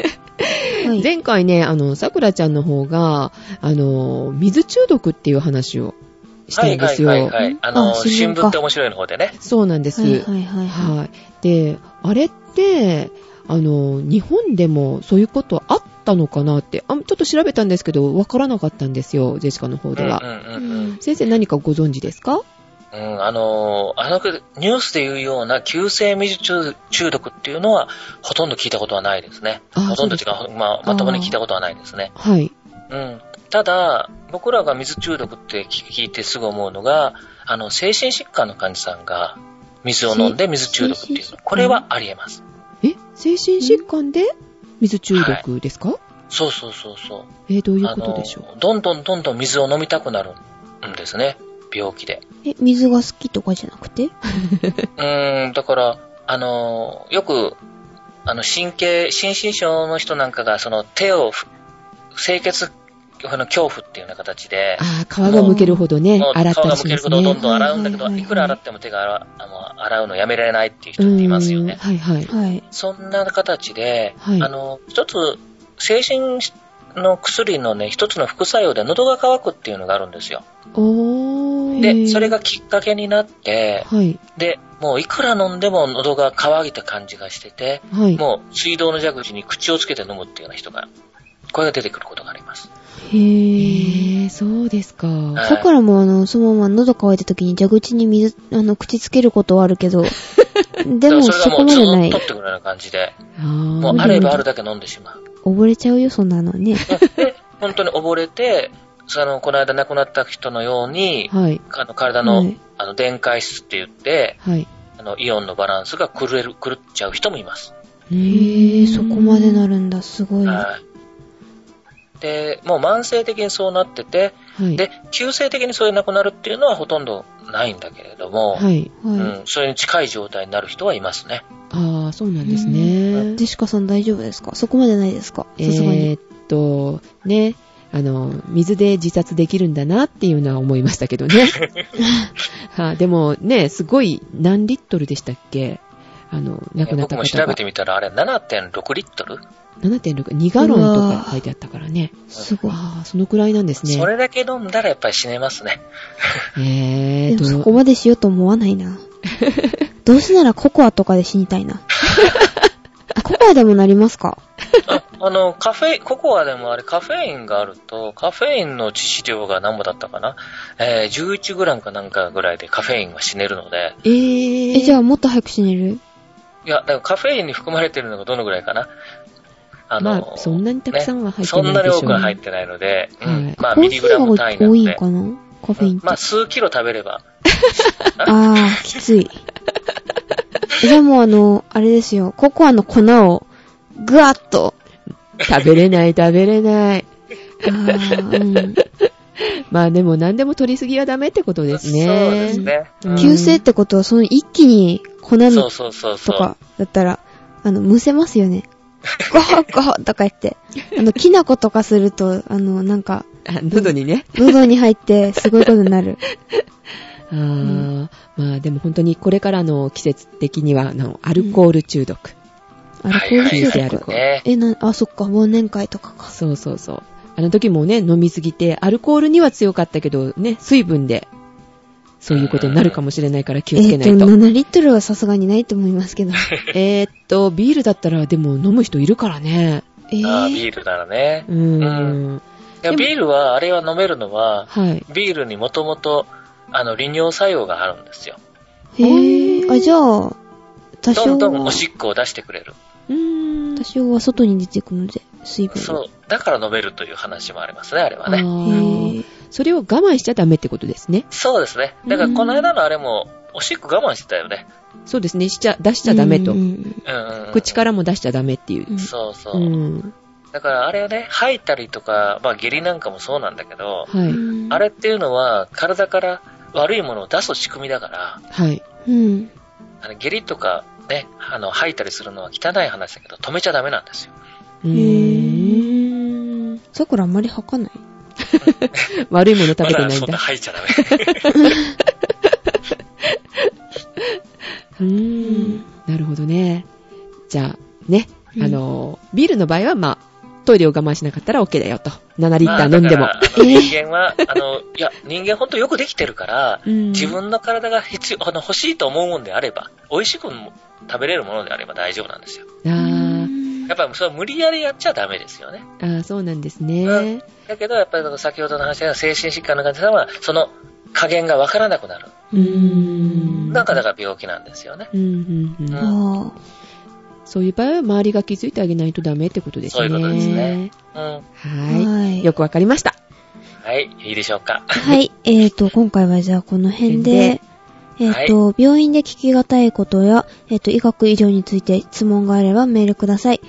S2: う。
S1: はい。
S3: 前回ね、あの、さくらちゃんの方が、あの、水中毒っていう話を した
S2: はい
S3: んで
S2: は
S3: す
S2: い
S3: よ。
S2: はいはい。あの、
S1: あ新
S2: 新
S1: 聞か
S2: 聞って面白いの方でね。
S3: そうなんです。
S1: は
S3: はいい、
S1: はいはいはい。
S3: で、あれって、あの、日本でもそういうことあったのかなって、あちょっと調べたんですけど、わからなかったんですよ、ジェシカの方
S2: う
S3: で
S2: んうん
S3: は。
S2: うん
S3: 先生何かご存知ですか
S2: うん。うん、あのー、あの、ニュースで言うような急性水中中毒っていうのは、ほとんど聞いたことはないですね。
S3: あ
S2: ほとんどっていう
S3: そう
S2: か、まあ、まともに聞いたことはないですね。
S3: はい。
S2: うん。ただ、僕らが水中毒って聞いてすぐ思うのが、あの、精神疾患の患者さんが水を飲んで水中毒ってい
S1: 精神
S2: う
S1: 疾
S2: の。
S1: 患
S2: これはあり得ます。
S3: え、精神疾患で水中毒ですか、
S2: そうそうそうそう。
S3: えーどういう
S2: あ
S3: ことでしょう
S2: の、どんどんどんどん水を飲みたくなるんですね。病気で。
S1: え、水が好きとかじゃなくて
S2: うーん、だから、あの、よく、あの、神経、心身症の人なんかが、その手をふ、清潔、あの恐怖っていうような形で、
S3: ああ、皮がむけるほどね
S2: も、う
S3: 洗った
S2: 顔
S3: り
S2: が向
S3: し
S2: け
S3: ま
S2: る
S3: す
S2: ほどどん
S3: ね。
S2: どん洗うんだけど、
S1: はいいはいはい
S2: くら洗っても手が洗あの洗うのやめられないっていう
S3: う
S2: 人っていますよ
S3: ん、
S2: ね。
S3: はいはい。
S1: はい。
S2: そんな形で、
S3: はい
S2: あの、一つ、精神の薬のね、一つの副作用で喉が渇くっていうのがあるんですよ。
S3: おー。
S1: へ
S2: で、
S1: ー
S2: それがきっかけになって、
S3: はい、
S2: で、もういくら飲んでも喉が渇いた感じがしてて、
S3: はい。
S2: もう水道の蛇口に口をつけて飲むっていうような人が、これが出てくることがあります。
S1: へ
S3: え
S1: ぇー。
S3: ー、そうですか。
S2: い
S1: さくらもあの、そのまま喉乾いた時に蛇口に水、あの、口つけることはある けど、でも
S2: だから
S1: そ
S2: それ
S1: こま
S2: がもうず
S1: で
S2: っ
S1: ない
S2: と。取ってくるような感じで、
S3: あー
S2: もうあればあるだけ飲んでしまう。
S1: 溺れちゃうよ、そんなのね。
S2: で、 本当に溺れて、その、この間亡くなった人のように、
S3: はい、
S2: あの体の、
S1: はい
S2: あの、電解質って言って、
S3: はい。
S2: あの、イオンのバランスが狂える、狂っちゃう人もいます。
S3: へ
S1: へぇー、そこまでなるんだ、すごい。
S2: はい。で、もう慢性的にそうなってて、
S3: はい。
S2: で、急性的にそれなくなるっていうのはほとんどないんだけれども、
S3: はい。
S2: う
S1: は
S2: ん、それに近い状態になる人はいますね。
S3: ああ、そうなんですね
S1: い。。ジェシカさん大丈夫ですかそこまでないですか
S3: え
S1: さすがに。
S3: ーっと、ね、あの、水で自殺できるんだなっていうのは思いましたけ どね。はあ、でもね、すごい、何リットルでしたっけあの、亡くなっ
S2: 僕
S3: た
S2: も調
S3: 方
S2: べ
S3: が。
S2: てみたら、あれ7.6リットル
S3: 7.6、2ガロンとか書いてあったからね。
S1: すごい。
S3: ああ、そのくらいなんですね。
S2: それだけ飲んだらやっぱり死ねますね。
S1: で
S3: え
S1: も
S3: ーと、
S1: そこまでしようと思わない な。どうせならココアとかで死にたいな。あココアでもなりますか
S2: ああの、カフェ、ココアでもあれカフェインがあると、カフェインの致死量が何もだったかなえー、11グラムかなんかぐらいでカフェインは死ねるので、
S3: えー、
S1: え、じゃあもっと早く死ねる
S2: いや、だからカフェインに含まれてるのがどのぐらいかなあの、
S3: まあ、そんなにたくさんは入って
S2: そ
S3: なんい
S2: な
S3: で
S2: に
S3: し
S2: 多
S3: ょう、ね。
S2: くは入ってないので、うん
S3: はい
S2: まあ、
S1: コー
S2: ミリ
S1: ヒ
S2: グラ
S1: ー
S2: ム
S1: が
S2: 単位な
S1: 多
S2: ん
S1: いん
S2: で、
S1: かなカフェインって。
S2: まあ、数キロ食べれば、
S1: あー、きつい。じゃあもうあの、あれですよ。ココアの粉を、ぐわっと。
S3: 食べれない、食べれない。
S1: あー、うん。
S3: まあでも何でも取りすぎはダメってことですね。
S2: そうですね。うん
S3: 急
S1: 急性ってことは、その一気に粉
S2: そ
S1: の
S2: うそうそうそ
S1: と
S2: う。
S1: かだったら、あの、むせますよね。ゴホゴホとか言って。あの、きな粉とかすると、あの、なんか、
S3: あ喉にね。
S1: 喉に入って、すごいことになる。
S3: あーまあでも本当にこれからの季節的には、あの、アルコール中毒。
S1: アルコール
S3: 急性
S1: 中
S3: アル
S1: 毒
S3: コール。
S2: ね。
S1: え、な、あ、そっか、忘年会とかか。
S3: そうそうそう。あの時もね、飲みすぎて、アルコールには強かったけど、ね、水分で、そういうことになるかもしれないから気をつ
S1: え
S3: け
S1: っ
S3: な
S1: と、
S3: いと。
S1: 7リットルはさすがにないと思いますけど。
S3: えーっと、ビールだったら、でも飲む人いるからね。
S1: え
S2: あー
S1: ー、
S2: ビールならね。
S3: うーん。
S2: いや
S3: でも
S2: ビールは、あれは飲めるのは、
S3: はい。
S2: ビールにもともと、あの、利尿作用があるんですよ。
S1: へー。あ、じゃあ、多
S2: ど
S1: 少
S2: んどんお
S1: は、
S2: しっこを出してくれる。
S3: うーん
S1: 多。少は外に出てくので、水分
S2: そ
S1: が。
S2: う。だから飲めるという話もありますね、あれは
S3: あ
S2: ね。
S1: へ
S3: ー
S1: ー。
S3: それを我慢しちゃダメってことですね。
S2: そうですね。だから、この間のあれも、おしっこ我慢してたよね。
S3: そうですね。しちゃ、出しちゃダメと
S1: うんう。ん
S2: うんうんうん。
S3: 口からも出しちゃダメっていうう。
S1: ん
S2: そうそうう。
S3: ん。
S2: だから、あれをね、吐いたりとか、まあ、下痢なんかもそうなんだけど、
S3: は
S1: う
S3: い。
S1: ん。
S2: あれっていうのは、体から悪いものを出す仕組みだから、
S3: はい。
S1: うん。
S2: あの下痢とか、ね、あの、吐いたりするのは汚い話だけど、止めちゃダメなんですよ。
S3: うーん。
S1: さくらあんまり吐かない
S3: 悪いもの食べてな
S2: まだ
S3: いん
S2: そんな
S3: だ。
S2: 吐いちゃダメ。
S3: うーん。なるほどね。じゃあ、ね。
S1: うん
S3: あの、ビールの場合は、まあ、トイレを我慢しなかったら OK だよと。7リッター飲んでも
S2: ま。あだからあの人間は、あの、いや、人間ほんとよくできてるから、自
S3: 自
S2: 分の体が必要、あの、欲しいと思うもんであれば、美味しくも食べれるものであれば大丈夫なんですよ。
S3: あー
S2: やっぱりそれは無理やりやっちゃダメですよね。
S3: あー、そうなんですね
S2: う。だけど、やっぱりその先ほどの話の精神疾患の患者さんは、その加減がわからなくなる。
S3: うーん。
S2: なんかだから病気なんですよね。
S3: うんうんうん
S1: あ
S2: う
S1: あ
S3: そういう場合は周りが気づいてあげないとダメってことですね。
S2: そういうことですね。うん。
S3: は
S1: はい
S3: い。よくわかりました。
S2: はい、いいでしょうか。
S1: はい。えーと、今回はじゃあこの辺で、え
S2: 辺
S1: っ、
S2: で
S1: と、病院で聞きがたいことや、えっ、と、医学医療について質問があればメールください。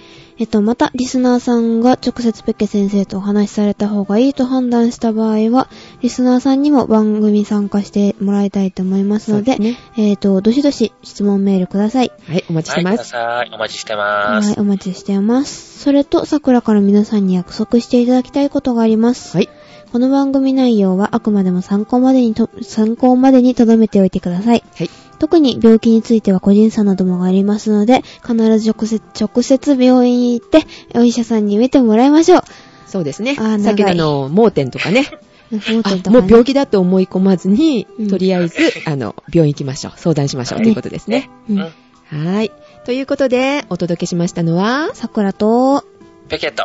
S1: えっ、と、また、リスナーさんが直接ペッケ先生とお話しされた方がいいと判断した場合は、リスナーさんにも番組参加してもらいたいと思いますので、
S3: そうですね
S1: えっ、と、どしどし質問メールください。
S3: はい、お待ちし
S2: は
S3: て
S2: い、
S3: ま
S2: くだ
S3: す。
S2: さい。お待ちしてま
S1: はい
S2: す。、
S1: お待ちしています。それと、桜から皆さんに約束していただきたいことがあります。
S3: はい。
S1: この番組内容はあくまでも参考までにと、参考までに留めておいてください。
S3: はい。
S1: 特に病気については個人差などもありますので、必ず直接、直接病院に行って、お医者さんに診てもらいましょう。
S3: そうですね。
S1: あー長い
S3: 先ほどの盲点とかね。
S1: 盲点と
S3: あも
S1: かね
S3: う病気だと思い込まずに、
S1: うん
S3: とりあえず、あの、病院行きましょう。相談しましょう。
S2: はい
S3: ということですね。
S1: う
S2: うんん。
S3: はい。ということで、お届けしましたのは、
S1: 桜と、
S2: ペケット。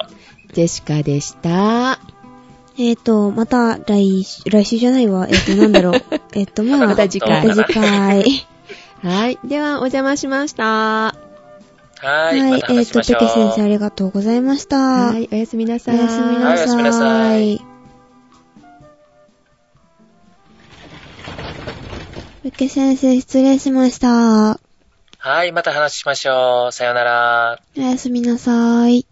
S3: ジェシカでした。
S1: えっ、と、また来週、来週じゃないわ。えっ、と、なんだ ろう。えっと、まあ、
S3: また次回
S1: また次回。
S3: はい。では、お邪魔しました。
S2: は
S1: はい
S2: い、ま、た
S1: えっ、
S2: 話し
S1: と、
S2: まし
S1: ペ
S2: ょう。
S1: ケ先生ありがとうございました。
S3: はい。おやすみな
S1: お
S3: さい。
S1: やすみな
S2: はいおやすみな
S1: さ
S2: さ
S1: い
S2: い。
S1: ウケ先生、失礼しました。
S2: はい、また話しましょう。さよなら。
S1: おやすみなさい。